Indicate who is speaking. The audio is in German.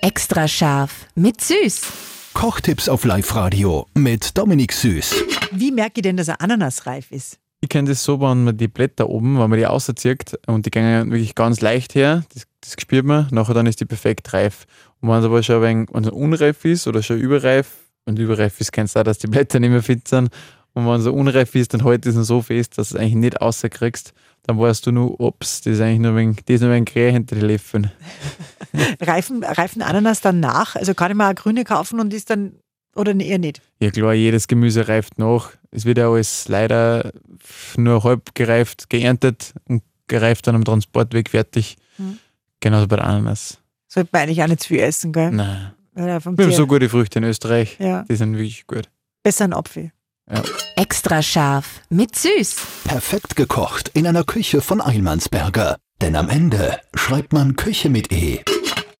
Speaker 1: Extra scharf mit Süß.
Speaker 2: Kochtipps auf Live-Radio mit Dominik Süß.
Speaker 3: Wie merke ich denn, dass eine Ananas reif ist?
Speaker 4: Ich kenne das so, wenn man die Blätter oben, wenn man die rauszieht und die gehen ja wirklich ganz leicht her, das, das spürt man, nachher dann ist die perfekt reif. Und wenn es aber schon ein wenig, wenn's unreif ist oder schon überreif, und überreif ist, kennst du auch, dass die Blätter nicht mehr fit sind. Und wenn es unreif ist, dann halt es so fest, dass du es eigentlich nicht rauskriegst. Dann weißt du nur, ups, das ist eigentlich nur ein wenig, das ist nur ein Krähe hinter den Löffeln.
Speaker 3: Reifen, reifen Ananas dann nach? Also kann ich mal eine grüne kaufen und ist dann, oder eher nicht?
Speaker 4: Ja klar, jedes Gemüse reift nach. Es wird ja alles leider nur halb gereift, geerntet und gereift dann am Transportweg fertig.
Speaker 3: Mhm.
Speaker 4: Genauso bei der Ananas.
Speaker 3: Sollte man eigentlich auch nicht zu viel essen, gell?
Speaker 4: Nein.
Speaker 3: Oder vom
Speaker 4: Wir haben
Speaker 3: Tier.
Speaker 4: Hm. so gute Früchte in Österreich.
Speaker 3: ja.
Speaker 4: Die sind wirklich gut.
Speaker 3: Besser ein Apfel.
Speaker 1: Extra scharf mit Süß.
Speaker 2: Perfekt gekocht in einer Küche von Eilmannsberger. Denn am Ende schreibt man Küche mit E.